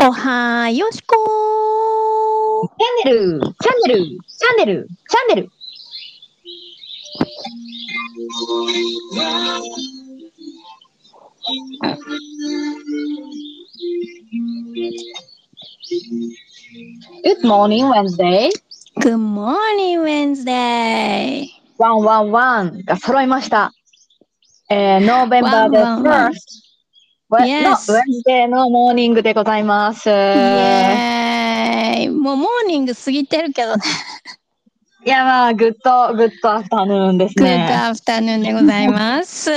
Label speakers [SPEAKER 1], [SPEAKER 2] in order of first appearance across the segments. [SPEAKER 1] おはーよしこ
[SPEAKER 2] チャンネル、チャンネル、チャンネル、チャンネル。Good morning, Wednesday.
[SPEAKER 1] ー !Good morning, Wednesday!
[SPEAKER 2] ワンワンワンが揃いました。えー、November the
[SPEAKER 1] 111
[SPEAKER 2] first. わ
[SPEAKER 1] Yes.
[SPEAKER 2] の Wednesday のモーニングでございます。
[SPEAKER 1] イエーイもうモーニング過ぎてるけどね。
[SPEAKER 2] いやまあ、グッド、グッドアフタヌーンです
[SPEAKER 1] Good
[SPEAKER 2] ね。
[SPEAKER 1] afternoon でございます。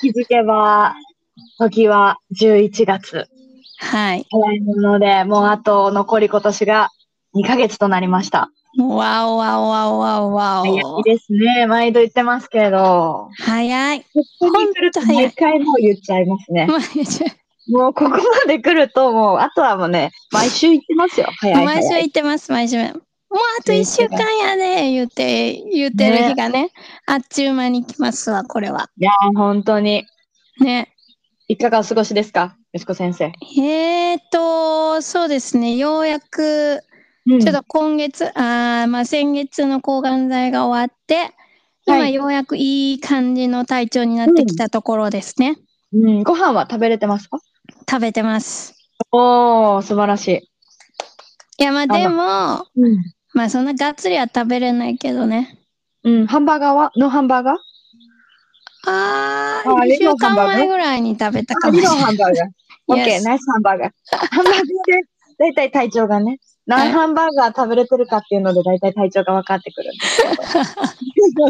[SPEAKER 2] 気づけば、時は11月。
[SPEAKER 1] はい。
[SPEAKER 2] 早いもので、もうあと残り今年が2ヶ月となりました。
[SPEAKER 1] わおわおわおわおわ
[SPEAKER 2] 早い
[SPEAKER 1] お。
[SPEAKER 2] ですね。毎度言ってますけど。
[SPEAKER 1] 早い。
[SPEAKER 2] ここに来ると
[SPEAKER 1] ほんと早い
[SPEAKER 2] 毎回もう言っちゃいますね。もうここまで来ると、もう、あとはもうね、毎週言ってますよ。早い
[SPEAKER 1] 毎週
[SPEAKER 2] 早い。
[SPEAKER 1] 言ってます、毎週。もうあと1週間やね言って、言ってる日がね、あっちゅう間に来ますわ、これは。
[SPEAKER 2] いやー、本当に。
[SPEAKER 1] ね。
[SPEAKER 2] いかがお過ごしですか、よしこ先生。
[SPEAKER 1] えーと、そうですね、ようやく、
[SPEAKER 2] うん
[SPEAKER 1] ちょっと今月、あーまあ、先月の抗がん剤が終わって、今、
[SPEAKER 2] はい
[SPEAKER 1] ようやくいい感じの体調になってきたところですね。
[SPEAKER 2] うん、ご飯は食べれてますか
[SPEAKER 1] 食べてます。
[SPEAKER 2] おー、素晴らしい。
[SPEAKER 1] いや、まあ
[SPEAKER 2] ら
[SPEAKER 1] でも、
[SPEAKER 2] うん。
[SPEAKER 1] まあそんながっつりは食べれないけどね。
[SPEAKER 2] うん、ハンバーガーはのハンバーガー
[SPEAKER 1] あ
[SPEAKER 2] あ
[SPEAKER 1] ー、
[SPEAKER 2] ー
[SPEAKER 1] 2
[SPEAKER 2] レ
[SPEAKER 1] 週
[SPEAKER 2] モンハ
[SPEAKER 1] 間
[SPEAKER 2] ンバーグね
[SPEAKER 1] 前ぐらいに食べた
[SPEAKER 2] あ
[SPEAKER 1] かも
[SPEAKER 2] リ
[SPEAKER 1] しれ
[SPEAKER 2] の
[SPEAKER 1] ない。
[SPEAKER 2] ハンバ ーガー。オッケ
[SPEAKER 1] Yes
[SPEAKER 2] ー、ナイスハンバーガー。ハンバーガーで、だいたい体調がね、
[SPEAKER 1] は
[SPEAKER 2] 何
[SPEAKER 1] い
[SPEAKER 2] ハンバーガー食べれてるかっていうので、だいたい体調が分かってくるんです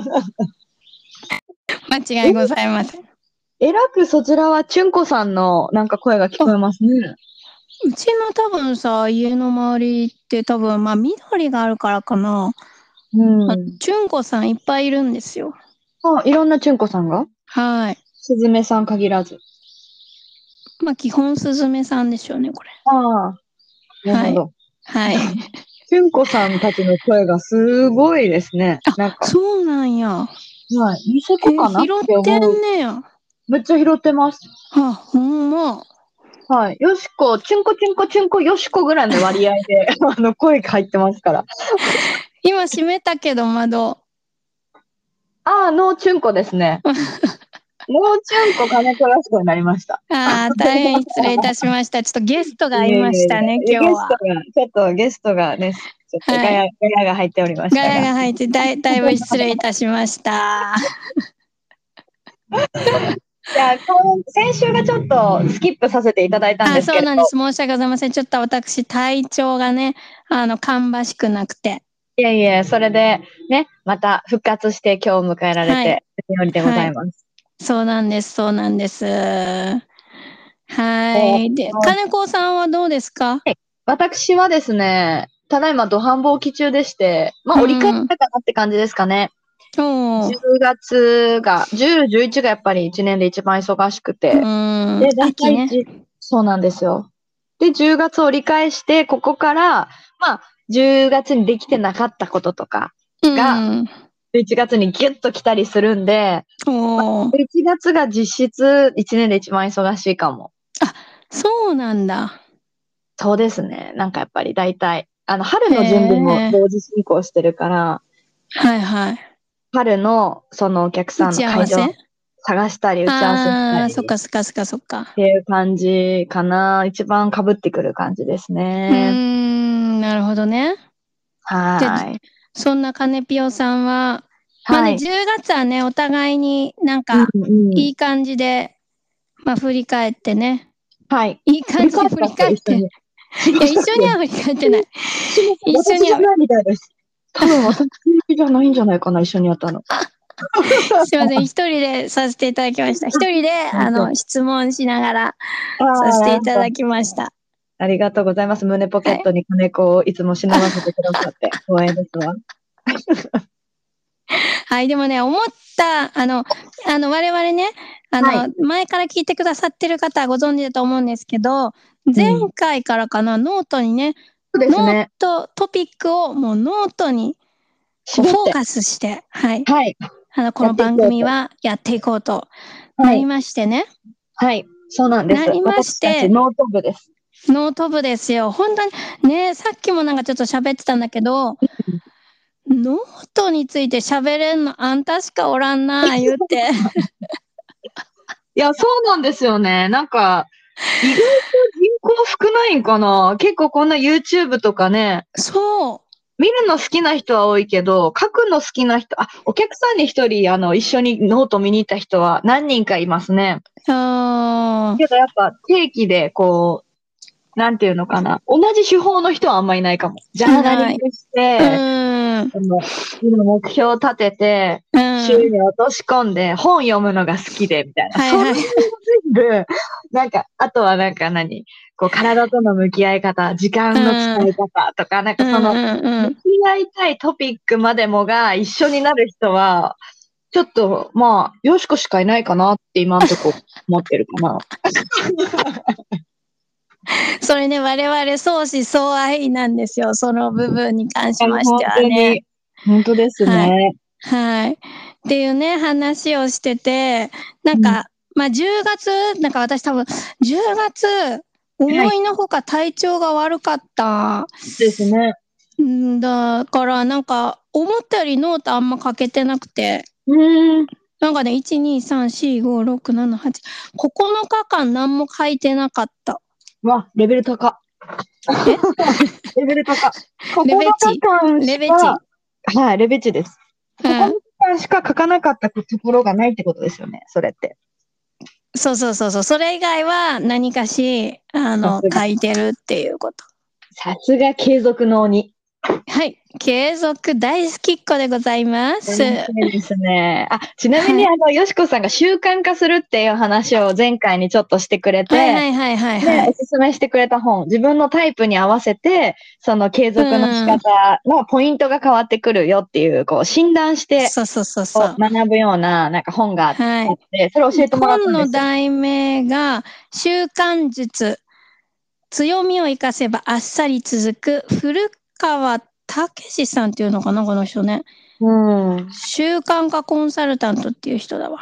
[SPEAKER 2] けど。
[SPEAKER 1] 間違いございません。
[SPEAKER 2] えらくそちらは、チュンコさんのなんか声が聞こえますね。
[SPEAKER 1] うちの多分さ、家の周りって多分、まあ緑があるからかな。
[SPEAKER 2] うん。
[SPEAKER 1] あ純子さんいっぱいいるんですよ。
[SPEAKER 2] あいろんなチュンコさんが
[SPEAKER 1] はい。
[SPEAKER 2] すずめさん限らず。
[SPEAKER 1] まあ基本スズメさんでしょうね、これ。
[SPEAKER 2] ああ、なるほど。
[SPEAKER 1] はい。
[SPEAKER 2] チュンコさんたちの声がすごいですね。なんか、
[SPEAKER 1] そうなんや。
[SPEAKER 2] はい、ニセ
[SPEAKER 1] え
[SPEAKER 2] コかな
[SPEAKER 1] 拾っ
[SPEAKER 2] って
[SPEAKER 1] て
[SPEAKER 2] 思
[SPEAKER 1] ん
[SPEAKER 2] う。
[SPEAKER 1] ねや。
[SPEAKER 2] めっちゃ拾ってます。
[SPEAKER 1] あ、ほんま。
[SPEAKER 2] はい。よしこ、チュンコチュンコチュンコよしこぐらいの割合で、 あの、声が入ってますから。
[SPEAKER 1] 今閉めたけど窓。
[SPEAKER 2] ああ、ノーチュンコで すね。ノーチュンコ金子らしくになりました。
[SPEAKER 1] ああ、大変失礼いたしま した。ちょっとゲストがいましたね、
[SPEAKER 2] いや
[SPEAKER 1] 今
[SPEAKER 2] いやい
[SPEAKER 1] 日
[SPEAKER 2] や
[SPEAKER 1] は。
[SPEAKER 2] ゲストが、ちょっとゲストがね、ちょっとガヤ,、ガヤが入っておりました
[SPEAKER 1] ガ
[SPEAKER 2] が。
[SPEAKER 1] ヤが入ってだいだいぶ失礼いたしました。
[SPEAKER 2] いやこう先週がちょっとスキップさせていただいたん
[SPEAKER 1] あ、
[SPEAKER 2] ですけ
[SPEAKER 1] そう
[SPEAKER 2] れど。
[SPEAKER 1] なんです。申し訳ございません。ちょっと私、体調がね、あの、芳しくなくて。
[SPEAKER 2] いやいや、それで、ね、また復活して今日を迎えられ
[SPEAKER 1] は
[SPEAKER 2] て、
[SPEAKER 1] い
[SPEAKER 2] よりでございます。
[SPEAKER 1] そうなんです、そうなんです。はい。で、金子さんはどうですか
[SPEAKER 2] 私はですね、ただいま、ドハンボ期中でして、まあ、折り返ったかなって感じですかね。
[SPEAKER 1] 今
[SPEAKER 2] 10
[SPEAKER 1] 日。
[SPEAKER 2] 月が、10、11がやっぱり1年で一番忙しくて。
[SPEAKER 1] うん
[SPEAKER 2] で、大
[SPEAKER 1] 秋
[SPEAKER 2] 体、
[SPEAKER 1] ね。
[SPEAKER 2] そうなんですよ。で、10月折り返して、ここから、まあ、10月にできてなかったこととか、が
[SPEAKER 1] うん、
[SPEAKER 2] 11月にギュッと来たりするんで、
[SPEAKER 1] おー
[SPEAKER 2] 11月が実質1年で一番忙しいかも。
[SPEAKER 1] そうなんだ。
[SPEAKER 2] そうですね。なんかやっぱり大体、あの、春の準備
[SPEAKER 1] へ
[SPEAKER 2] も
[SPEAKER 1] ー
[SPEAKER 2] 同時進行してるから、
[SPEAKER 1] はいはい。
[SPEAKER 2] 春のそのお客
[SPEAKER 1] 打
[SPEAKER 2] さんの
[SPEAKER 1] ち合
[SPEAKER 2] 会
[SPEAKER 1] わせ
[SPEAKER 2] 場探したり、打ち合わせした
[SPEAKER 1] ああー、
[SPEAKER 2] り
[SPEAKER 1] そっかそっかそっかそっか
[SPEAKER 2] っ。ていう感じかな。一番被ってくる感じです
[SPEAKER 1] うー
[SPEAKER 2] ね。
[SPEAKER 1] ん、なるほどね。じゃあ
[SPEAKER 2] はーい。
[SPEAKER 1] そんな金ピオさんは、まあ
[SPEAKER 2] は
[SPEAKER 1] ね、
[SPEAKER 2] い。
[SPEAKER 1] 10月はね、お互いになんか、
[SPEAKER 2] うんうん
[SPEAKER 1] いい感じで、まあ振り返ってね。
[SPEAKER 2] はい。
[SPEAKER 1] いい感じで振
[SPEAKER 2] 振り
[SPEAKER 1] り
[SPEAKER 2] 返
[SPEAKER 1] 返
[SPEAKER 2] っ
[SPEAKER 1] ったて。いや、一緒には振り返ってない。一緒
[SPEAKER 2] 私
[SPEAKER 1] に
[SPEAKER 2] じゃ
[SPEAKER 1] は。
[SPEAKER 2] ないみたいです。多分私じゃないんじゃないかな、一緒にやったの。
[SPEAKER 1] すいませ ん。一人でさせていただきました。一人で、あの、質問しながらさせていただきました。
[SPEAKER 2] ありがとうございます。胸ポケットに金子をいつも忍ばせてくださって、光栄ですわ。
[SPEAKER 1] はい。でもね、思った、あの、あの、我々ね、あの、
[SPEAKER 2] は
[SPEAKER 1] 前から聞いてくださってる方はご存知だと思うんですけど、前回からかな、ノートにね、
[SPEAKER 2] そうです
[SPEAKER 1] ノ
[SPEAKER 2] ね
[SPEAKER 1] ー。ト、トピックをもうノートにこ
[SPEAKER 2] 絞
[SPEAKER 1] う
[SPEAKER 2] っ
[SPEAKER 1] フォー
[SPEAKER 2] て。
[SPEAKER 1] カスして、はい。
[SPEAKER 2] はい。
[SPEAKER 1] あの、この番組はやっていこうとなりましてね。
[SPEAKER 2] はい。そうなんです。
[SPEAKER 1] なりまして
[SPEAKER 2] 私たちノート部です。
[SPEAKER 1] ノート部ですよ。本当に、ね、さっきもなんかちょっと喋ってたんだけど、ノートについて喋れんのあんたしかおらんな、言う て。
[SPEAKER 2] いや、そうなんですよね。なんか、意外と人口少ないんかな。結構こんな YouTube とかね、
[SPEAKER 1] そう。
[SPEAKER 2] 見るの好きな人は多いけど、書くの好きな人、あ、お客さんに一人、あの、一緒にノート見に行った人は何人かいますね。
[SPEAKER 1] あー
[SPEAKER 2] けどやっぱ定期で、こう、なんていうのかな。同じ手法の人はあんまいないかも。ジャーナリングして、
[SPEAKER 1] うん。
[SPEAKER 2] その次の目標を立てて、
[SPEAKER 1] うん。
[SPEAKER 2] 週に落とし込んで、本読むのが好きで、みたいな。
[SPEAKER 1] はいはい
[SPEAKER 2] そんな全部、なんか、あとはなんか何こう、体との向き合い方、時間の使い方とか、なんか
[SPEAKER 1] うん
[SPEAKER 2] その、
[SPEAKER 1] うんうん
[SPEAKER 2] 向き合いたいトピックまでもが一緒になる人は、ちょっと、まあ、よしこしかいないかなって今んとこ思ってるかな。
[SPEAKER 1] それね、我々相思相愛なんですよ。その部分に関しましてはね。。
[SPEAKER 2] 本当ですね。
[SPEAKER 1] はい。っていうね、話をしてて、なんか、まあ10月、なんか私多分、10月、思いのほか体調が悪かった。
[SPEAKER 2] そうですね。
[SPEAKER 1] んだから、なんか、思ったよりノートあんま書けてなくて、
[SPEAKER 2] うーん。
[SPEAKER 1] なんかね、1、2、3、4、5、6、7、8、9日間何も書いてなかった。
[SPEAKER 2] わ、レベル高。 レベル高。
[SPEAKER 1] レベチ
[SPEAKER 2] 9日間しか
[SPEAKER 1] レベチ。
[SPEAKER 2] はい、レベチです。
[SPEAKER 1] うん
[SPEAKER 2] 9日間しか書かなかったところがないってことですよね、それって。
[SPEAKER 1] そうそうそうそう。それ以外は何かし、あの
[SPEAKER 2] さす、が
[SPEAKER 1] 書いてるっていうこと。
[SPEAKER 2] さすが継続の鬼。
[SPEAKER 1] はい。継続大好きっ子でございます。
[SPEAKER 2] 面白いですね。あ、ちなみに、あの、よしこさんが習慣化するっていう話を前回にちょっとしてくれて、
[SPEAKER 1] はいはいはい はいは
[SPEAKER 2] で
[SPEAKER 1] い。
[SPEAKER 2] おすすめしてくれた本、自分のタイプに合わせて、その継続の仕方のポイントが変わってくるよっていう、こう、診断して、
[SPEAKER 1] そうそうそうそ
[SPEAKER 2] こ
[SPEAKER 1] う
[SPEAKER 2] う。学ぶような、なんか本があって、
[SPEAKER 1] はい。
[SPEAKER 2] それ教えてもらった
[SPEAKER 1] 本
[SPEAKER 2] んで
[SPEAKER 1] の
[SPEAKER 2] すよ。
[SPEAKER 1] 題名が、習慣術。強みを生かせばあっさり続く。古川武史さんっていうのかなこの人ね。
[SPEAKER 2] うん。
[SPEAKER 1] 習慣化コンサルタントっていう人だわ。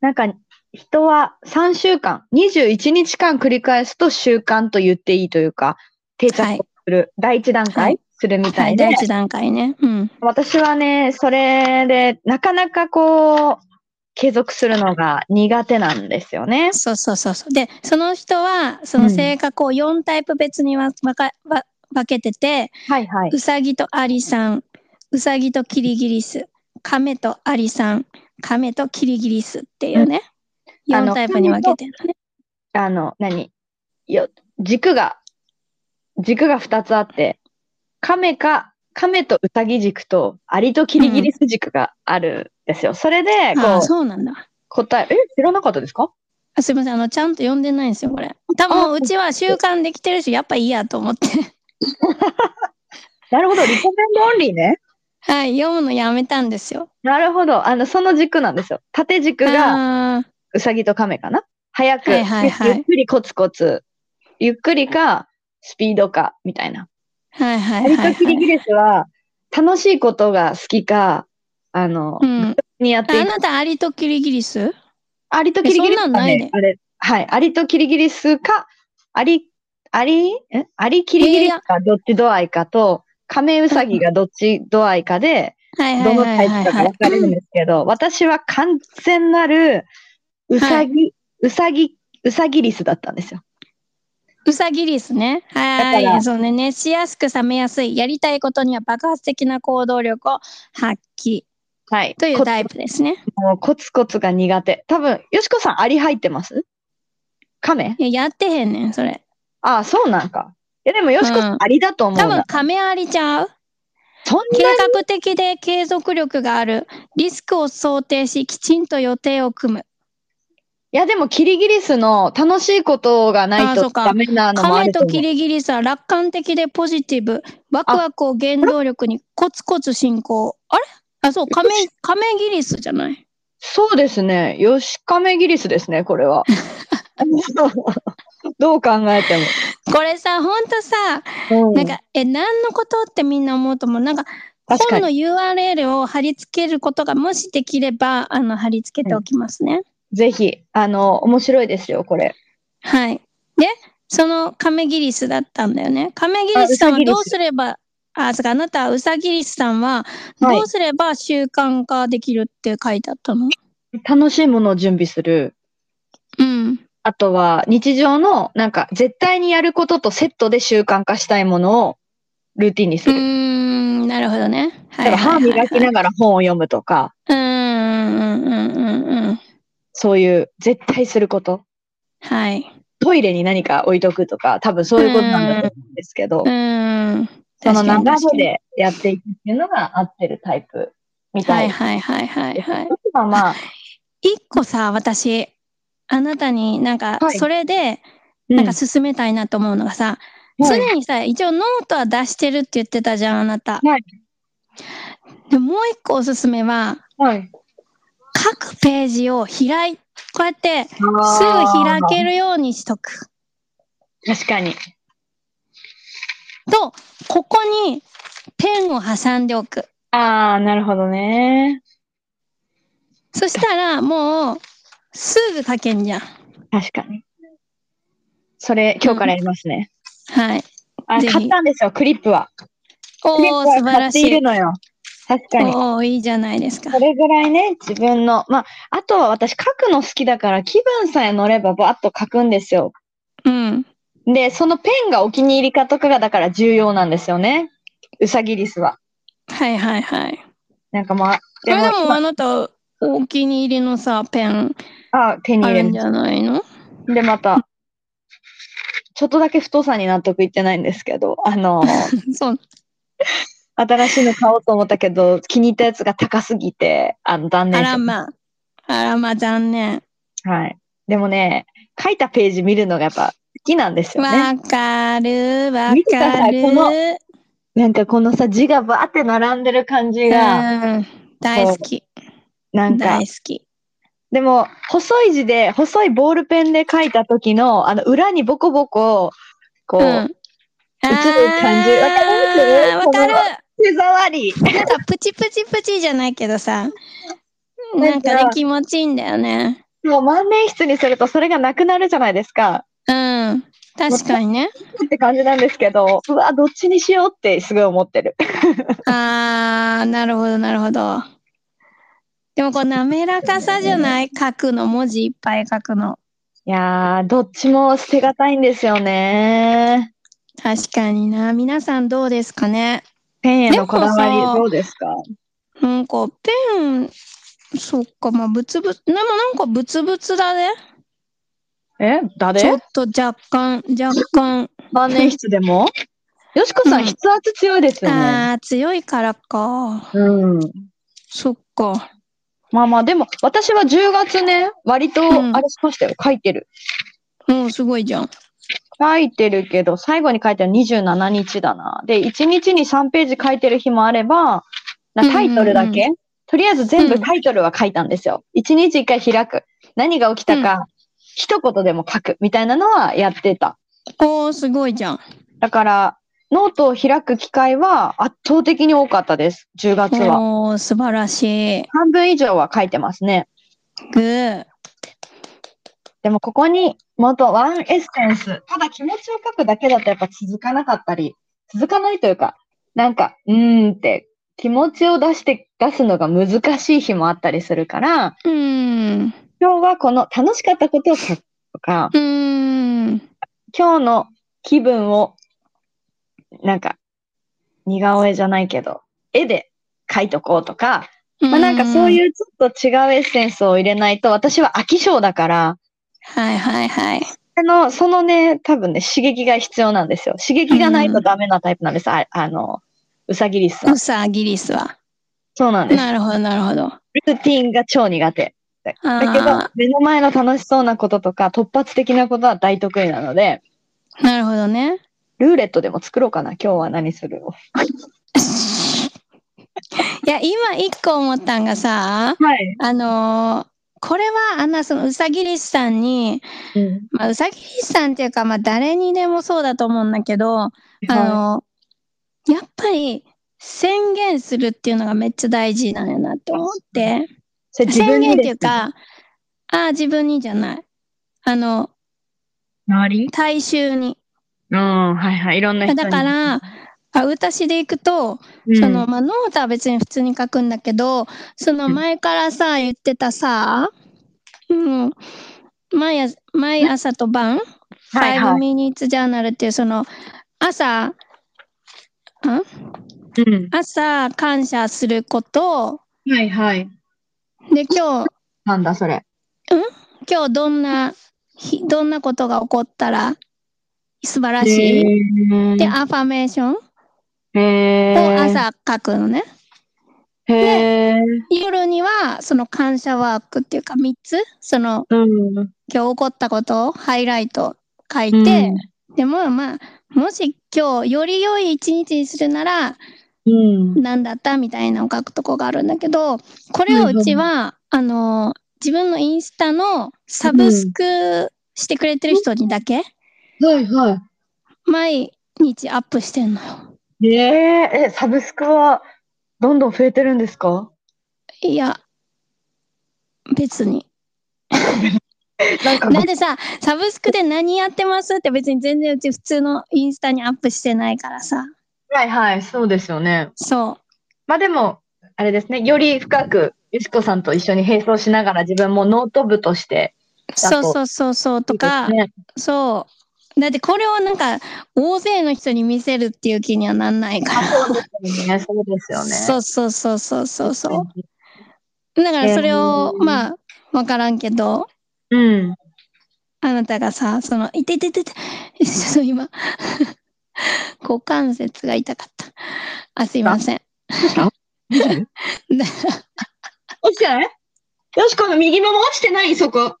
[SPEAKER 2] なんか、人は3週間、21日間繰り返すと習慣と言っていいというか、定着
[SPEAKER 1] はい
[SPEAKER 2] する、第一段
[SPEAKER 1] は
[SPEAKER 2] 階
[SPEAKER 1] い
[SPEAKER 2] するみた
[SPEAKER 1] はいい。
[SPEAKER 2] で、
[SPEAKER 1] 第一段階ね。うん。
[SPEAKER 2] 私はね、それで、なかなかこう、継続するのが苦手なんですよね。
[SPEAKER 1] そうそうそうそう。で、その人は、そうの
[SPEAKER 2] ん
[SPEAKER 1] 性格を4タイプ別にわわかわ分けてて、。
[SPEAKER 2] はいはいう
[SPEAKER 1] さぎとアリさん、うさぎとキリギリス、カメとアリさん、カメとキリギリスっていうね、
[SPEAKER 2] うんあの
[SPEAKER 1] 4タイプに分けてるのね。
[SPEAKER 2] あの、何よ、軸が、軸が2つあって、亀か、亀とウサギ軸と、アリとキリギリス軸があるんですよ。それで、
[SPEAKER 1] あ
[SPEAKER 2] こ
[SPEAKER 1] あ、
[SPEAKER 2] う、
[SPEAKER 1] そうなんだ。
[SPEAKER 2] 答え、え、知らなかったですか
[SPEAKER 1] あすいません、あの、ちゃんと読んでないんですよ、これ。多分、うちは習慣できてるし、やっぱいいやと思って。
[SPEAKER 2] な るほど、リコメンドオンリーね。
[SPEAKER 1] はい、読むのやめたんですよ。
[SPEAKER 2] なるほど、あの、その軸なんですよ。縦軸が、
[SPEAKER 1] あー
[SPEAKER 2] うさぎと亀かな早く、
[SPEAKER 1] はいはいはい
[SPEAKER 2] ゆゆっくりコツコツ、ゆっくりか、スピードか、みたいな。
[SPEAKER 1] はいは
[SPEAKER 2] ア
[SPEAKER 1] い
[SPEAKER 2] リ
[SPEAKER 1] はい、
[SPEAKER 2] とキリ
[SPEAKER 1] はい。
[SPEAKER 2] ギリスは、楽しいことが好きか、あの、
[SPEAKER 1] うん、
[SPEAKER 2] にやっ
[SPEAKER 1] あ
[SPEAKER 2] ていく
[SPEAKER 1] なた、アリとキリギリス
[SPEAKER 2] アリとキリギ
[SPEAKER 1] え
[SPEAKER 2] リス
[SPEAKER 1] そ
[SPEAKER 2] か
[SPEAKER 1] んなんない
[SPEAKER 2] ね
[SPEAKER 1] ね。
[SPEAKER 2] あれ、はい。アリとキリギリスか、アリ、アリ、えアリキリギリスかどっち度合いかと、カメウサギがどっち度合いかで、
[SPEAKER 1] はいは
[SPEAKER 2] ど
[SPEAKER 1] い
[SPEAKER 2] の
[SPEAKER 1] は
[SPEAKER 2] タ
[SPEAKER 1] い
[SPEAKER 2] イ
[SPEAKER 1] はい
[SPEAKER 2] プかが分かれるんですけど、私は完全なる、ウサギ、ウサギ、ウサギリスだったんですよ。
[SPEAKER 1] うさぎリスね。は
[SPEAKER 2] だか
[SPEAKER 1] ー
[SPEAKER 2] ら
[SPEAKER 1] い。そうね。熱しやすく冷めやすい。やりたいことには爆発的な行動力を発揮
[SPEAKER 2] はい。
[SPEAKER 1] という
[SPEAKER 2] コツ
[SPEAKER 1] タイプですね。
[SPEAKER 2] もうコツコツが苦手。多分、よしこさん、アリ入ってますカメ
[SPEAKER 1] いや、やってへんねん、それ。
[SPEAKER 2] ああ、そうなんか。いや、でも、よしこさ
[SPEAKER 1] うん
[SPEAKER 2] ん、アリだと思う
[SPEAKER 1] 多分
[SPEAKER 2] な。、
[SPEAKER 1] 亀有りちゃう
[SPEAKER 2] そん
[SPEAKER 1] 計
[SPEAKER 2] な
[SPEAKER 1] 画的で継続力がある。リスクを想定し、きちんと予定を組む。
[SPEAKER 2] いや、でも、キリギリスの楽しいことが
[SPEAKER 1] あ
[SPEAKER 2] ない
[SPEAKER 1] そ
[SPEAKER 2] と
[SPEAKER 1] うか
[SPEAKER 2] ダメなのもあ
[SPEAKER 1] 亀
[SPEAKER 2] ると
[SPEAKER 1] と
[SPEAKER 2] 思う。
[SPEAKER 1] キリギリスは楽観的でポジティブ。ワクワクを原動力にコツコツ進行。あれあ、そう、亀、亀ギリスじゃない。
[SPEAKER 2] そうですね。ヨシカメギリスですね、こ れは。どう考えて
[SPEAKER 1] これさ、ほんとさ、
[SPEAKER 2] も。う
[SPEAKER 1] なん、か、え、何のことってみんな思うと思う。なんか、
[SPEAKER 2] 確か
[SPEAKER 1] 本の
[SPEAKER 2] に。
[SPEAKER 1] URL を貼り付けることがもしできれば、あの、貼り付けておきますね。
[SPEAKER 2] ぜひ、あの、面白いですよ、これ。
[SPEAKER 1] はい。で、そのカメギリスだったんだよね。カメギリスさん
[SPEAKER 2] あ
[SPEAKER 1] は
[SPEAKER 2] ウサギリス
[SPEAKER 1] どうすれば、あ、そうか、あなた、ウサギリスさんは、どうすれば習慣化できるって書いてあったの、
[SPEAKER 2] 楽しいものを準備する。
[SPEAKER 1] うん。
[SPEAKER 2] あとは日常のなんか絶対にやることとセットで習慣化したいものをルーティンにす
[SPEAKER 1] うー
[SPEAKER 2] る。
[SPEAKER 1] ん、なるほどね。は
[SPEAKER 2] だか
[SPEAKER 1] い
[SPEAKER 2] ら歯
[SPEAKER 1] はいはい、
[SPEAKER 2] 磨きながら本を読むとか、
[SPEAKER 1] うんうんうんうんうん。
[SPEAKER 2] そういう絶対すること。
[SPEAKER 1] はい。
[SPEAKER 2] トイレに何か置いとくとか、多分そういうことなんだと思うんですけど
[SPEAKER 1] う、ーん。
[SPEAKER 2] その
[SPEAKER 1] 確
[SPEAKER 2] 流
[SPEAKER 1] かに確か
[SPEAKER 2] れ
[SPEAKER 1] に。
[SPEAKER 2] でやっていくっていうのが合ってるタイプみた
[SPEAKER 1] はいい
[SPEAKER 2] な。
[SPEAKER 1] はいはいはいはい。
[SPEAKER 2] あとはまあ、
[SPEAKER 1] 一個さ、私、あなたになんか
[SPEAKER 2] は、い
[SPEAKER 1] それで、
[SPEAKER 2] な
[SPEAKER 1] なんか進めたいなと思うのがさ、常にさ、一応ノートは出してるって言ってたじゃん、あなた。
[SPEAKER 2] はい
[SPEAKER 1] でもう一個おすすめは、
[SPEAKER 2] はい。
[SPEAKER 1] 各ページを開い、こうやってす
[SPEAKER 2] すぐ
[SPEAKER 1] ぐ開けるようにしとく。
[SPEAKER 2] 確かに。
[SPEAKER 1] と、ここにペンを挟んでおく。
[SPEAKER 2] ああ、なるほどね。
[SPEAKER 1] そしたらもう、すぐ書けんじゃん。
[SPEAKER 2] 確かに。それ、今日からやりますね。
[SPEAKER 1] はい。
[SPEAKER 2] あ、
[SPEAKER 1] ぜひ
[SPEAKER 2] 買ったんですよ、クリップは。クリッ
[SPEAKER 1] お
[SPEAKER 2] プ
[SPEAKER 1] ー、素晴
[SPEAKER 2] は買
[SPEAKER 1] ら
[SPEAKER 2] っ
[SPEAKER 1] して
[SPEAKER 2] い
[SPEAKER 1] い
[SPEAKER 2] る。のよ。確かに。
[SPEAKER 1] おー、いいじゃないですか
[SPEAKER 2] そ。れぐらいね、自分の。まあ、あとは私書くの好きだから気分さえ乗ればバッと書くんですよ。
[SPEAKER 1] うん。
[SPEAKER 2] で、そのペンがお気に入りかとかがだから重要なんですよね。うさぎリスは。
[SPEAKER 1] はいはいはい。
[SPEAKER 2] なんかまあ、
[SPEAKER 1] これでも
[SPEAKER 2] ま
[SPEAKER 1] あなた、お気に入りのさ、ペン
[SPEAKER 2] あ、あ手に
[SPEAKER 1] あ
[SPEAKER 2] 入れ
[SPEAKER 1] るん
[SPEAKER 2] る
[SPEAKER 1] じ。ゃないの
[SPEAKER 2] で、また、ちょっとだけ太さに納得いってないんですけど、あの、
[SPEAKER 1] そう。
[SPEAKER 2] 新しいの買おうと思ったけど、気に入ったやつが高すぎて、あの、断
[SPEAKER 1] あ
[SPEAKER 2] 念し
[SPEAKER 1] らま。あらま、残念。
[SPEAKER 2] た。はい。でもね、書いたページ見るのがやっぱ好きなんですよね。
[SPEAKER 1] わかる、わ
[SPEAKER 2] 見てくだ
[SPEAKER 1] か
[SPEAKER 2] さ
[SPEAKER 1] る
[SPEAKER 2] い。このなんかこのさ字がバーって並んでる感じが、
[SPEAKER 1] うん大好き。
[SPEAKER 2] なんか
[SPEAKER 1] 大好き。
[SPEAKER 2] でも細い字で細いボールペンで書いた時のあの裏にボコボコこう、
[SPEAKER 1] うん。映
[SPEAKER 2] 映る感じわかります
[SPEAKER 1] わかる。
[SPEAKER 2] 手触り
[SPEAKER 1] なんかプチプチプチじゃないけどさ。なんか
[SPEAKER 2] なん
[SPEAKER 1] ね
[SPEAKER 2] か、
[SPEAKER 1] 気持ちいいんだよね。
[SPEAKER 2] もう万年筆にするとそれがなくなるじゃないですか
[SPEAKER 1] うん。確かにね。
[SPEAKER 2] って感じなんですけどうわどっちにしようってすごい思ってる
[SPEAKER 1] あー、なるほど、なるほど。でもこう滑らかさじゃない書くの、文字いっぱい書くの。
[SPEAKER 2] いやーどっちも捨てがたいんですよね
[SPEAKER 1] 確かにな。皆さんどうですかね
[SPEAKER 2] ペンへのこだわ
[SPEAKER 1] で
[SPEAKER 2] り
[SPEAKER 1] もさ
[SPEAKER 2] どうですか
[SPEAKER 1] なんかペン、そっか、まあ、ぶつぶつ、でもなんかぶつぶつだね。
[SPEAKER 2] え
[SPEAKER 1] ちょ
[SPEAKER 2] 誰
[SPEAKER 1] っと若干、若干。
[SPEAKER 2] 万年筆でもよしこさ
[SPEAKER 1] うんん
[SPEAKER 2] 筆圧強いですよね、
[SPEAKER 1] ああ、強いからか。
[SPEAKER 2] うん。
[SPEAKER 1] そっか。
[SPEAKER 2] まあまあ、でも、私は10月ね、割と、
[SPEAKER 1] うん
[SPEAKER 2] あれしましたよ、書いてる。
[SPEAKER 1] もうすごいじゃん。
[SPEAKER 2] 書いてるけど、最後に書いてるの27日だな。で、1日に3ページ書いてる日もあれば、なタイトルだけ、
[SPEAKER 1] う
[SPEAKER 2] とりあえず全
[SPEAKER 1] う
[SPEAKER 2] 部
[SPEAKER 1] ん
[SPEAKER 2] タイトルは書いたんですよ。1日1回開く。何が起きたか、一言でも書く、みたいなのはやってた。
[SPEAKER 1] おー、すごいじゃん。
[SPEAKER 2] だから、ノートを開く機会は圧倒的に多かったです、10月は。
[SPEAKER 1] おー、素晴らしい。
[SPEAKER 2] 半分以上は書いてますね。
[SPEAKER 1] グー。
[SPEAKER 2] でもここに元ワンエッセンス、ただ気持ちを書くだけだとやっぱ続かなかったり、続かないというか、なんか、うーんって気持ちを出して、出すのが難しい日もあったりするから、
[SPEAKER 1] うーん。
[SPEAKER 2] 今日はこの楽しかったことを書くとか、
[SPEAKER 1] うーん。
[SPEAKER 2] 今日の気分を、なんか、似顔絵じゃないけど、絵で書いとこうとか、まあ、なんかそう
[SPEAKER 1] うーん。
[SPEAKER 2] いうちょっと違うエッセンスを入れないと、私は飽き性だから、
[SPEAKER 1] はいはいはい。
[SPEAKER 2] あの、そのね、多分ね、刺激が必要なんですよ。刺激がないとダメなタイプなんです。ああの、うさぎリスさん
[SPEAKER 1] ウ。サギリスは。
[SPEAKER 2] そうなんです。
[SPEAKER 1] なるほどなるほど。
[SPEAKER 2] ルーティンが超苦手。だけど
[SPEAKER 1] あ、
[SPEAKER 2] 目の前の楽しそうなこととか、突発的なことは大得意なので、
[SPEAKER 1] ー、なるほどね。
[SPEAKER 2] ルーレットでも作ろうかな。今日は何するを。
[SPEAKER 1] いや、今一個思ったんがさ、
[SPEAKER 2] はい。
[SPEAKER 1] あのーこれは、あの、その、うさぎりスさんに、
[SPEAKER 2] うん。
[SPEAKER 1] まあ、うさぎりスさんっていうか、まあ、誰にでもそうだと思うんだけど、あ
[SPEAKER 2] は
[SPEAKER 1] のーやっぱり、宣言するっていうのがめっちゃ大事なんやなって思って、
[SPEAKER 2] い、それ自
[SPEAKER 1] 宣
[SPEAKER 2] 分
[SPEAKER 1] 言
[SPEAKER 2] に
[SPEAKER 1] って
[SPEAKER 2] で
[SPEAKER 1] い
[SPEAKER 2] す
[SPEAKER 1] うか、ああ、自分にじゃない。あの、
[SPEAKER 2] 周り
[SPEAKER 1] 大衆に。
[SPEAKER 2] うん、はいはい。いろんな人に
[SPEAKER 1] だから、あ歌詞でいくと、
[SPEAKER 2] うん
[SPEAKER 1] その、まあ、ノートは別に普通に書くんだけど、その前からさ、言ってたさ、うん、毎朝毎朝と晩、
[SPEAKER 2] はいは
[SPEAKER 1] 5
[SPEAKER 2] い。
[SPEAKER 1] minutes journal っていう、その、朝、
[SPEAKER 2] うん。
[SPEAKER 1] 朝感謝すること、
[SPEAKER 2] はいはい。
[SPEAKER 1] で、今日、
[SPEAKER 2] なんだ、それ。
[SPEAKER 1] 今日どんな日、どんなことが起こったら素晴らしい。
[SPEAKER 2] い
[SPEAKER 1] で、アファメーションを
[SPEAKER 2] へー。
[SPEAKER 1] 朝書くのね。
[SPEAKER 2] へー。
[SPEAKER 1] 夜には、その感謝ワークっていうか3つ、その
[SPEAKER 2] うん。
[SPEAKER 1] 今日起こったことをハイライト書いて、
[SPEAKER 2] うん
[SPEAKER 1] でもまあ、もし今日より良い一日にするなら
[SPEAKER 2] うん。
[SPEAKER 1] 何だったみたいなのを書くとこがあるんだけど、これをうちは、あの、自分のインスタのサブスクしてくれてる人にだけ
[SPEAKER 2] はいは
[SPEAKER 1] 毎日アップしてんのよ。
[SPEAKER 2] い。えー、え、サブスクはどんどん増えてるんですか
[SPEAKER 1] いや、別に。
[SPEAKER 2] なんかご
[SPEAKER 1] だってさ、サブスクで何やってますって別に全然うち普通のインスタにアップしてないからさ。
[SPEAKER 2] はいはい、そうですよね。
[SPEAKER 1] そ
[SPEAKER 2] まあでも、あれですね、より深く、ゆしこさんと一緒に並走しながら自分もノート部として。
[SPEAKER 1] う。そうそうそうそうとか、
[SPEAKER 2] いいですね
[SPEAKER 1] そう。だってこれをなんか大勢の人に見せるっていう気にはなんないか
[SPEAKER 2] あ
[SPEAKER 1] ら。
[SPEAKER 2] そうですよね、そうですよね。
[SPEAKER 1] そうそうそうそうそうそう。だからそれを、
[SPEAKER 2] えー
[SPEAKER 1] まあ、わからんけど、
[SPEAKER 2] うん。
[SPEAKER 1] あなたがさ、その、いてててて、 ちょっと今、股関節が痛かった。あ、すいません。
[SPEAKER 2] 落ちてないよしこの右もも落ちてないそ こ。大丈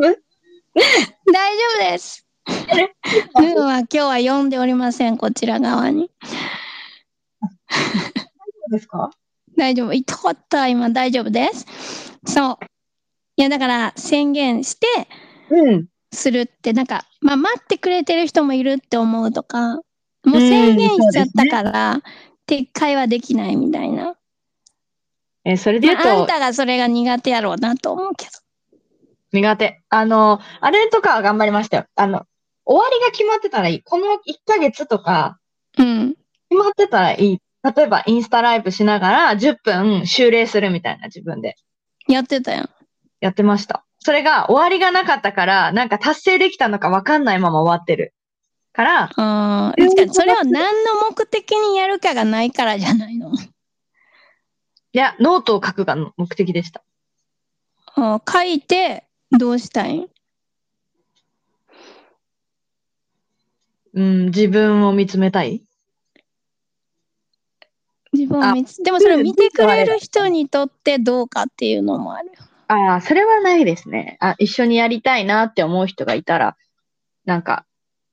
[SPEAKER 2] 夫
[SPEAKER 1] 大丈夫です。 ヌーは今日は読んでおりません、こちら側に。
[SPEAKER 2] ですか
[SPEAKER 1] 大丈夫。痛かった、今大丈夫です。そう。いや、だから宣言して、
[SPEAKER 2] うん。
[SPEAKER 1] するって、なんか、まあ、待ってくれてる人もいるって思うとか、もううん宣言しちゃったから、撤回はできないみたいな。
[SPEAKER 2] えーそれで
[SPEAKER 1] ま
[SPEAKER 2] 言う
[SPEAKER 1] あ、あん
[SPEAKER 2] と、
[SPEAKER 1] たがそれが苦手やろうなと思うけ
[SPEAKER 2] 苦手。あの、あれとかは頑張りましたよ。あの、終わりが決まってたらいい。この1ヶ月とか、
[SPEAKER 1] ど。うん。
[SPEAKER 2] 決まってたらいい。例えば、インスタライブしながら10分修礼するみたいな自分で。
[SPEAKER 1] やってたよ。
[SPEAKER 2] やってました。それが終わりがなかったから、なんか達成できたのかわかんないまま終わってる。から、
[SPEAKER 1] あ
[SPEAKER 2] え
[SPEAKER 1] ー確かに、それを何の目的にやるかがないからじゃないの。
[SPEAKER 2] いや、ノートを書くが目的でした。
[SPEAKER 1] あー書いて、どうしたいん
[SPEAKER 2] うん、自分を見つめたい。
[SPEAKER 1] 自分を見つでもそれを見てくれる人にとってどうかっていうのもあるよ。
[SPEAKER 2] ああ、それはないですね。あ、一緒にやりたいなって思う人がいたら、なんか、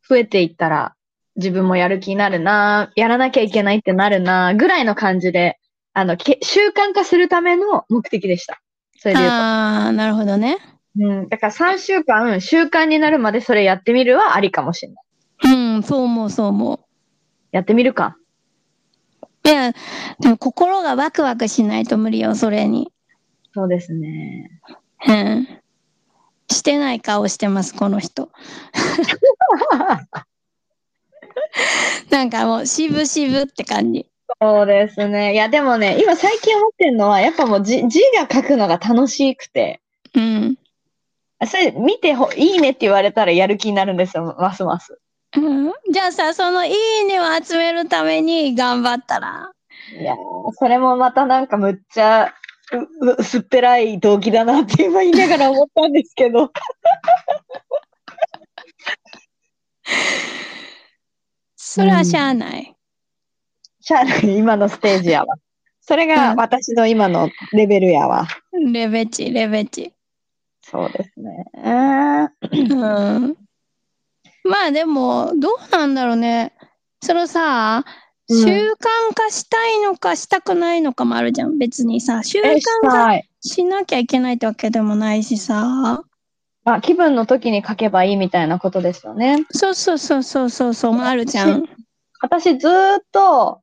[SPEAKER 2] 増えていったら、自分もやる気になるな、やらなきゃいけないってなるな、ぐらいの感じで、あの、け習慣化するための目的でした。それで言うと。
[SPEAKER 1] ああ、なるほどね。
[SPEAKER 2] うん、だから3週間、習慣になるまでそれやってみるはありかもしれない。
[SPEAKER 1] うん、そう思う、そう思う。
[SPEAKER 2] やってみるか。
[SPEAKER 1] いや、でも心がワクワクしないと無理よ、それに。
[SPEAKER 2] そうですね。
[SPEAKER 1] うん。してない顔してます、この人。なんかもう、しぶしぶって感じ。
[SPEAKER 2] そうですね。いや、でもね、今最近思ってるのは、やっぱもう字字が書くのが楽しくて、
[SPEAKER 1] うん。
[SPEAKER 2] あそれ見てほ、いいねって言われたらやる気になるんですよ、ますます。
[SPEAKER 1] うん、じゃあさ、そのいいねを集めるために頑張ったら。
[SPEAKER 2] いやー、それもまたなんかむっちゃ、うう薄っぺらい動機だなって今言いながら思ったんですけど。
[SPEAKER 1] それはしゃあない。
[SPEAKER 2] シャーク、今のステージやわ。それ
[SPEAKER 1] う
[SPEAKER 2] が
[SPEAKER 1] ん
[SPEAKER 2] 私の今のレベルやわ。
[SPEAKER 1] レベチ、レベチ。
[SPEAKER 2] そうですね。あー
[SPEAKER 1] うん。まあでも、どうなんだろうね。そのさ、
[SPEAKER 2] うん
[SPEAKER 1] 習慣化したいのかしたくないのかもあるじゃん。別にさ、習慣
[SPEAKER 2] え、
[SPEAKER 1] 化
[SPEAKER 2] したい。
[SPEAKER 1] しなきゃいけないってわけでもないしさ。
[SPEAKER 2] あ、気分の時に書けばいいみたいなことですよね。
[SPEAKER 1] そうそうそうそうそうそう、もあるじゃ ん。
[SPEAKER 2] 私ずーっと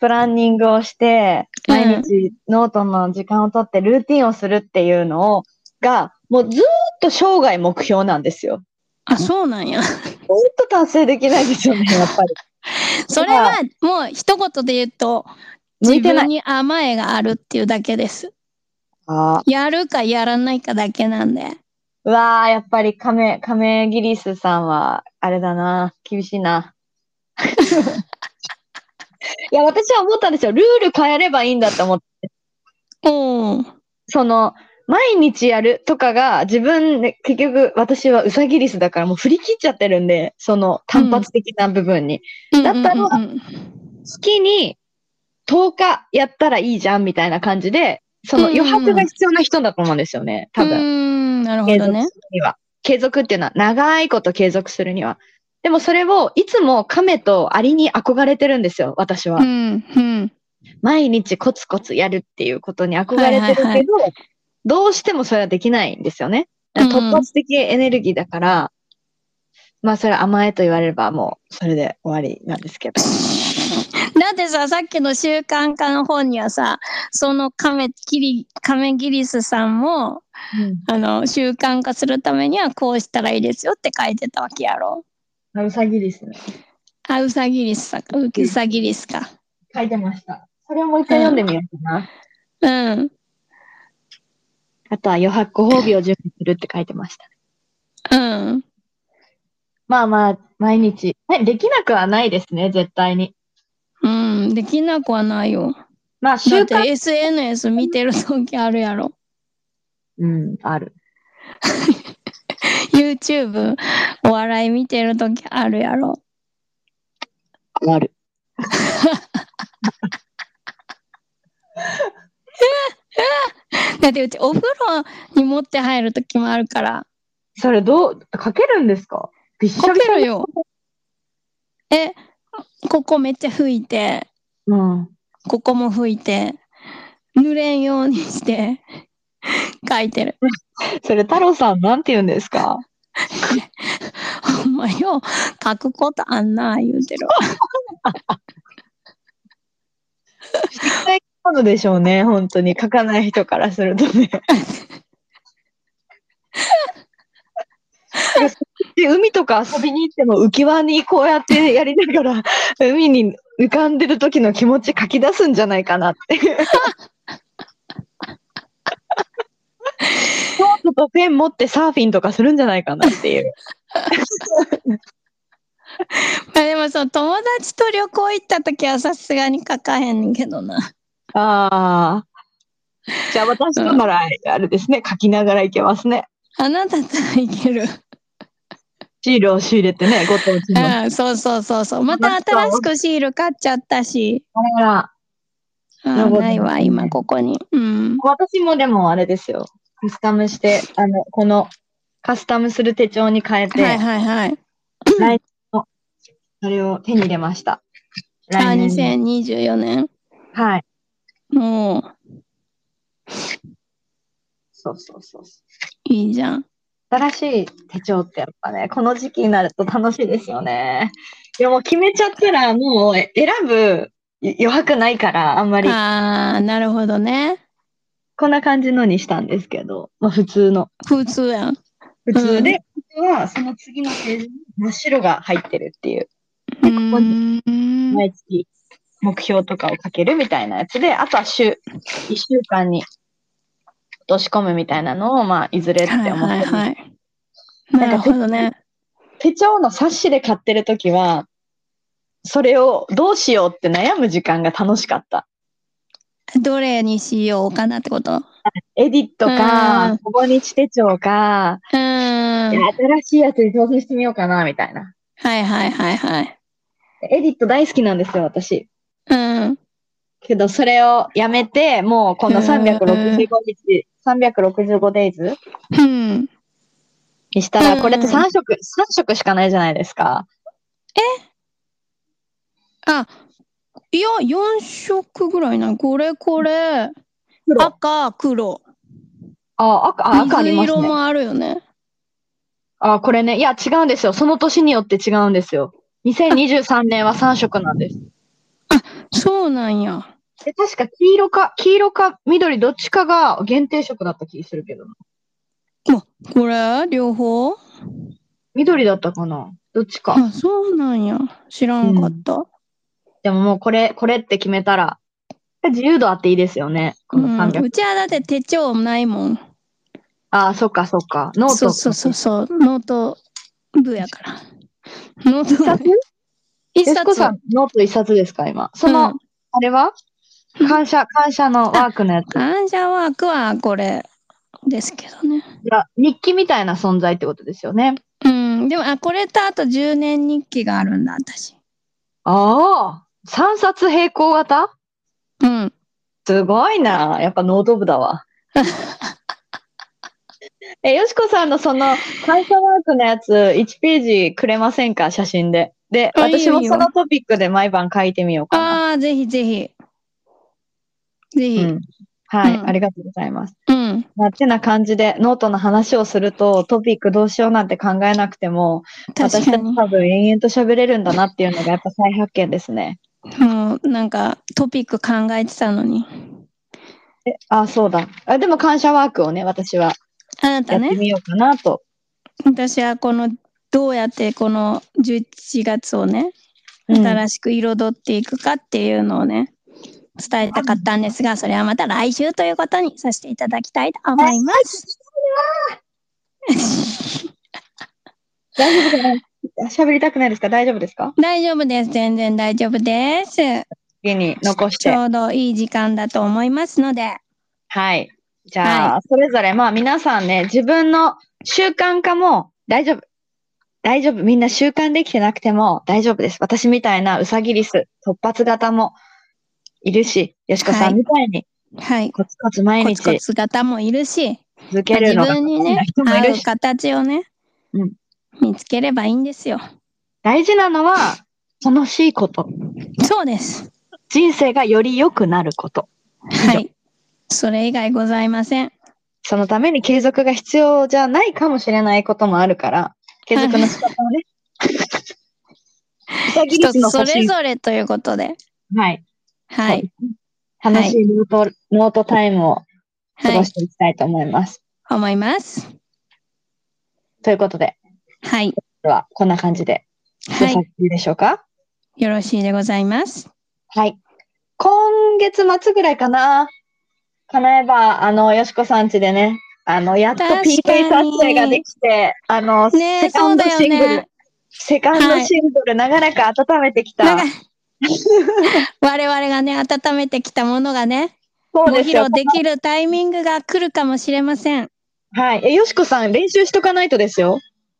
[SPEAKER 2] プランニングをして、
[SPEAKER 1] うん
[SPEAKER 2] 毎日ノートの時間を取ってルーティンをするっていうのを、が、もうずーっと生涯目標なんですよ。
[SPEAKER 1] あ、そうなん や。
[SPEAKER 2] ほんと達成できないですよね、やっぱり。
[SPEAKER 1] それはもう一言で言うと、
[SPEAKER 2] 向
[SPEAKER 1] 自
[SPEAKER 2] いてな
[SPEAKER 1] 分
[SPEAKER 2] い。
[SPEAKER 1] に甘えがあるっていうだけです。
[SPEAKER 2] あ
[SPEAKER 1] やるかやらないかだけなんで。
[SPEAKER 2] ーうわー、やっぱり亀、亀ギリスさんは、あれだな、厳し いな。いや、私は思ったんですよ。ルール変えればいいんだって思って。
[SPEAKER 1] うん。
[SPEAKER 2] その、毎日やるとかが、自分で、結局、私はウサギリスだから、もう振り切っちゃってるんで、その単発的な部分に。だったら
[SPEAKER 1] うんうんうん
[SPEAKER 2] 月に10日やったらいいじゃんみたいな感じで、その
[SPEAKER 1] うんうん
[SPEAKER 2] 余白が必要な人だと思うんですよね、多
[SPEAKER 1] うーん、
[SPEAKER 2] 分。
[SPEAKER 1] なるほ
[SPEAKER 2] 継
[SPEAKER 1] ど
[SPEAKER 2] 続
[SPEAKER 1] ね
[SPEAKER 2] す。るには。継続っていうのは長いこと継続するには。でもそれをいつも亀とアリに憧れてるんですよ、私は。
[SPEAKER 1] うん、うん。
[SPEAKER 2] 毎日コツコツやるっていうことに憧れてるけど、
[SPEAKER 1] はいはい
[SPEAKER 2] どうしてもそれはできないんですよね。
[SPEAKER 1] うん
[SPEAKER 2] 突発的エネルギーだから、まあそれは甘えと言われればもうそれで終わりなんですけど。
[SPEAKER 1] だってさ、さっきの習慣化の方にはさ、その亀ギリ、亀ギリスさんも、あの、習慣化するためにはこうしたらいいですよって書いてたわけやろ。
[SPEAKER 2] うん、うさぎですね。
[SPEAKER 1] あ、うさぎリスさんか。ううさぎリスか。
[SPEAKER 2] 書いてました。それをもう一回読んでみようかな。
[SPEAKER 1] うん。
[SPEAKER 2] あとは余白ご褒美を準備するって書いてました。
[SPEAKER 1] うん。
[SPEAKER 2] まあまあ、毎日。えできなくはないですね、絶対に。
[SPEAKER 1] うん。できなくはないよ。
[SPEAKER 2] まあ、
[SPEAKER 1] だっ
[SPEAKER 2] 習
[SPEAKER 1] て
[SPEAKER 2] 慣。
[SPEAKER 1] SNS 見てる時あるやろ。
[SPEAKER 2] うん、ある。
[SPEAKER 1] YouTube お笑い見てる時あるやろ。
[SPEAKER 2] ある。
[SPEAKER 1] だってうちお風呂に持って入る時もあるから。
[SPEAKER 2] それどう、書けるんですかびっし
[SPEAKER 1] か
[SPEAKER 2] ょび
[SPEAKER 1] け
[SPEAKER 2] しょ
[SPEAKER 1] る。よ。え、ここめっちゃ拭いて、
[SPEAKER 2] うん。
[SPEAKER 1] ここも拭いて、濡れんようにして、書いてる。
[SPEAKER 2] それ太郎さん、なんて言うんですか
[SPEAKER 1] ほんまよ、書くことあんな、言うてる。
[SPEAKER 2] なのでしょうね、本当に。書かない人からすると ね。で海とか遊びに行っても浮き輪にこうやってやりながら海に浮かんでる時の気持ち書き出すんじゃないかなって。ノートとペン持ってサーフィンとかするんじゃないかなっていう。
[SPEAKER 1] まあでもそう、友達と旅行行った時はさすがに書かへんねんけどな。
[SPEAKER 2] ああ。じゃあ私のならあれですね、書きながらいけますね。
[SPEAKER 1] あなたとはいける。
[SPEAKER 2] シールを仕入れてね、ご当地の。
[SPEAKER 1] うん、そうそうそうそう。また新しくシール買っちゃったし。
[SPEAKER 2] あら
[SPEAKER 1] あ
[SPEAKER 2] なるほど
[SPEAKER 1] ないわ、今ここに。うん。
[SPEAKER 2] 私もでもあれですよ。カスタムして、あの、このカスタムする手帳に変えて、
[SPEAKER 1] はいはいはい。
[SPEAKER 2] それを手に入れました。
[SPEAKER 1] あ、
[SPEAKER 2] 来年
[SPEAKER 1] 2024年。
[SPEAKER 2] はい。
[SPEAKER 1] もう、
[SPEAKER 2] そうそうそうそう。
[SPEAKER 1] いいじゃん。
[SPEAKER 2] 新しい手帳ってやっぱね、この時期になると楽しいですよね。でも決めちゃったらもうえ選ぶ余白ないから、あんまり。
[SPEAKER 1] あー、なるほどね。
[SPEAKER 2] こんな感じのにしたんですけど、まあ普通の。
[SPEAKER 1] 普通やん。
[SPEAKER 2] 普通で、本当はその次のページに真っ白が入ってるっていう。
[SPEAKER 1] う
[SPEAKER 2] ここ
[SPEAKER 1] ーん。
[SPEAKER 2] 毎月目標とかをかけるみたいなやつで、あとは週、1週間に落とし込むみたいなのを、まあ、いずれって
[SPEAKER 1] は
[SPEAKER 2] 思っ
[SPEAKER 1] い
[SPEAKER 2] てる、
[SPEAKER 1] はいはい。
[SPEAKER 2] んか
[SPEAKER 1] なるほどね。
[SPEAKER 2] 手帳の冊子で買ってるときは、それをどうしようって悩む時間が楽しかった。
[SPEAKER 1] どれにしようかなってことう
[SPEAKER 2] エディット
[SPEAKER 1] うん
[SPEAKER 2] か、ここに手帳か、
[SPEAKER 1] ー
[SPEAKER 2] い
[SPEAKER 1] ん。
[SPEAKER 2] や新しいやつに挑戦してみようかな、みたいな。
[SPEAKER 1] はいはいはいはい。
[SPEAKER 2] エディット大好きなんですよ、私。
[SPEAKER 1] うん。
[SPEAKER 2] けど、それをやめて、もうこの365日、365デイズ
[SPEAKER 1] うん。
[SPEAKER 2] にしたら、これって
[SPEAKER 1] うんうん
[SPEAKER 2] 3色、三色しかないじゃないですか。
[SPEAKER 1] あ、いや、4色ぐらいな。これこれ。
[SPEAKER 2] あ、
[SPEAKER 1] 赤、黒。
[SPEAKER 2] あ赤、あ赤あり
[SPEAKER 1] 水
[SPEAKER 2] ます
[SPEAKER 1] 色
[SPEAKER 2] ね。
[SPEAKER 1] もあるよね。
[SPEAKER 2] あ、これね。いや、違うんですよ。その年によって違うんですよ。2023年は3色なん です。
[SPEAKER 1] そうなんや。
[SPEAKER 2] で、確か黄色か、黄色か緑どっちかが限定色だった気するけど。
[SPEAKER 1] これ両方
[SPEAKER 2] 緑だったかなどっちか。
[SPEAKER 1] あ、そうなんや。知らんかった。
[SPEAKER 2] でももうこれ、これって決めたら、自由度あっていいですよね。こ
[SPEAKER 1] う
[SPEAKER 2] の
[SPEAKER 1] ん、
[SPEAKER 2] 300。
[SPEAKER 1] うちはだって手帳ないもん。
[SPEAKER 2] ああ、そっかそっか。ノート。
[SPEAKER 1] そうそうそうそう。ノート部やから。ノー
[SPEAKER 2] 一
[SPEAKER 1] ト
[SPEAKER 2] 冊
[SPEAKER 1] 部。一
[SPEAKER 2] 徹子さん、ノート一冊ですか、今。その、
[SPEAKER 1] うん
[SPEAKER 2] あれは感謝、感謝のワークのやつ。
[SPEAKER 1] 感謝ワークはこれですけどね。
[SPEAKER 2] じゃあ日記みたいな存在ってことですよね。
[SPEAKER 1] うん。でも、あ、これとあと10年日記があるんだ、私。
[SPEAKER 2] ああ、3冊並行型
[SPEAKER 1] うん。
[SPEAKER 2] すごいな。やっぱノート部だわ。 え、よしこさんのその、感謝ワークのやつ、1ページくれませんか写真で。で、
[SPEAKER 1] あいいよ
[SPEAKER 2] 私もそのトピックで毎晩書いてみようかな。
[SPEAKER 1] ああ、ぜひぜひ。ぜひ。
[SPEAKER 2] うんはい、
[SPEAKER 1] うん
[SPEAKER 2] ありがとうございます。
[SPEAKER 1] うん。
[SPEAKER 2] まあてな感じで、ノートの話をすると、トピックどうしようなんて考えなくても、
[SPEAKER 1] 確
[SPEAKER 2] 私
[SPEAKER 1] か
[SPEAKER 2] た
[SPEAKER 1] に
[SPEAKER 2] ち。多分延々と喋れるんだなっていうのがやっぱ再発見ですね。
[SPEAKER 1] もう、なんか、トピック考えてたのに。
[SPEAKER 2] えあ、そうだ。あでも感謝ワークをね、私は
[SPEAKER 1] あなた
[SPEAKER 2] やって
[SPEAKER 1] ね、
[SPEAKER 2] みようかなと。
[SPEAKER 1] 私はこの、どうやってこの11月をね、
[SPEAKER 2] うん
[SPEAKER 1] 新しく彩っていくかっていうのをね、伝えたかったんですが、それはまた来週ということにさせていただきたいと思います。
[SPEAKER 2] 大丈夫かな 喋りたくないですか大丈夫ですか
[SPEAKER 1] 大丈夫です。全然大丈夫です。
[SPEAKER 2] 次に残し
[SPEAKER 1] ち
[SPEAKER 2] て。
[SPEAKER 1] ょうどいい時間だと思いますので、
[SPEAKER 2] はい。じゃあ、それぞれ、まあ皆さんね、自分の習慣化も大丈夫。大丈夫。みんな習慣できてなくても大丈夫です。私みたいなうさぎリス、突発型もいるし、よしこさ
[SPEAKER 1] はい
[SPEAKER 2] んみたいに
[SPEAKER 1] はい。
[SPEAKER 2] コツコツ毎
[SPEAKER 1] コ
[SPEAKER 2] 日
[SPEAKER 1] ツコツ型もいるし、
[SPEAKER 2] 続
[SPEAKER 1] まあ
[SPEAKER 2] け
[SPEAKER 1] 自
[SPEAKER 2] るのが好
[SPEAKER 1] 分に
[SPEAKER 2] き
[SPEAKER 1] ね
[SPEAKER 2] な人、もい
[SPEAKER 1] 合
[SPEAKER 2] る
[SPEAKER 1] う
[SPEAKER 2] し、
[SPEAKER 1] 形をね、
[SPEAKER 2] うん
[SPEAKER 1] 見つければいいんですよ。
[SPEAKER 2] 大事なのは楽しいこと。
[SPEAKER 1] そうです。
[SPEAKER 2] 人生がより良くなること。
[SPEAKER 1] は
[SPEAKER 2] 上
[SPEAKER 1] い。それ以外ございません。
[SPEAKER 2] そのために継続が必要じゃないかもしれないこともあるから、継続の仕方をね。 うさぎリ
[SPEAKER 1] 一
[SPEAKER 2] スの
[SPEAKER 1] つそ
[SPEAKER 2] 写
[SPEAKER 1] れ
[SPEAKER 2] 真。
[SPEAKER 1] ぞれということで、
[SPEAKER 2] はい。
[SPEAKER 1] はい。
[SPEAKER 2] 楽しいノート、ノートタイムを過
[SPEAKER 1] は
[SPEAKER 2] ご
[SPEAKER 1] い
[SPEAKER 2] し。ていきたいと思います。
[SPEAKER 1] 思います。
[SPEAKER 2] ということで、
[SPEAKER 1] はい。
[SPEAKER 2] では、こんな感じで、よ
[SPEAKER 1] は
[SPEAKER 2] さ
[SPEAKER 1] い。
[SPEAKER 2] いでしょうか
[SPEAKER 1] よろしいでございます。
[SPEAKER 2] はい。今月末ぐらいかな叶えば、あの、よしこさんちでね、あの、やっと
[SPEAKER 1] 確かに
[SPEAKER 2] PK 撮影ができて、あの、
[SPEAKER 1] ねえ
[SPEAKER 2] セカンド
[SPEAKER 1] そうだ
[SPEAKER 2] シ
[SPEAKER 1] よ
[SPEAKER 2] ングル、
[SPEAKER 1] ね
[SPEAKER 2] セカンドシングル、長らく温めてき
[SPEAKER 1] な
[SPEAKER 2] た
[SPEAKER 1] ん。か 我々がね、温めてきたものがね、
[SPEAKER 2] そ
[SPEAKER 1] ご
[SPEAKER 2] うで
[SPEAKER 1] 披
[SPEAKER 2] すよ
[SPEAKER 1] 露。できるタイミングが来るかもしれません。
[SPEAKER 2] はい。え、よしこさん、練習しとかないとですよ。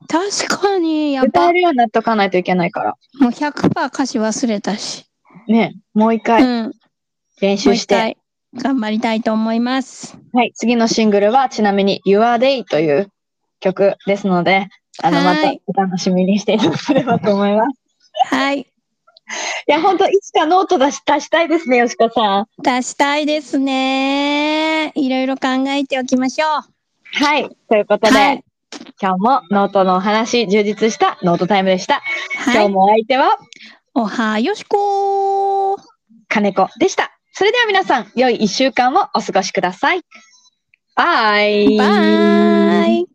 [SPEAKER 1] 確かに、やっ
[SPEAKER 2] 歌
[SPEAKER 1] ぱ
[SPEAKER 2] え、るようになっとかないといけないから。
[SPEAKER 1] もう100%歌詞忘れたし。
[SPEAKER 2] ね、もう一回
[SPEAKER 1] うん。も
[SPEAKER 2] 練
[SPEAKER 1] う
[SPEAKER 2] 習し
[SPEAKER 1] 一
[SPEAKER 2] て。
[SPEAKER 1] 回、頑張りたいと思います。
[SPEAKER 2] はい、次のシングルはちなみに Your Day という曲ですので、あの、ま
[SPEAKER 1] は
[SPEAKER 2] た
[SPEAKER 1] い
[SPEAKER 2] お楽しみにしていただければと思います。
[SPEAKER 1] はい。
[SPEAKER 2] いや、本当いつかノート出し出したいですね、よしこさん。
[SPEAKER 1] 出したいですね。いろいろ考えておきましょ
[SPEAKER 2] はい、ということで、
[SPEAKER 1] はい
[SPEAKER 2] 今日もノートのお話、充実したノートタイムでした。
[SPEAKER 1] う。は
[SPEAKER 2] 今日
[SPEAKER 1] い。
[SPEAKER 2] もお相手は
[SPEAKER 1] おはよしこー
[SPEAKER 2] 金子でした。それでは皆さん、良い一週間をお過ごしください。バイ。
[SPEAKER 1] バイ。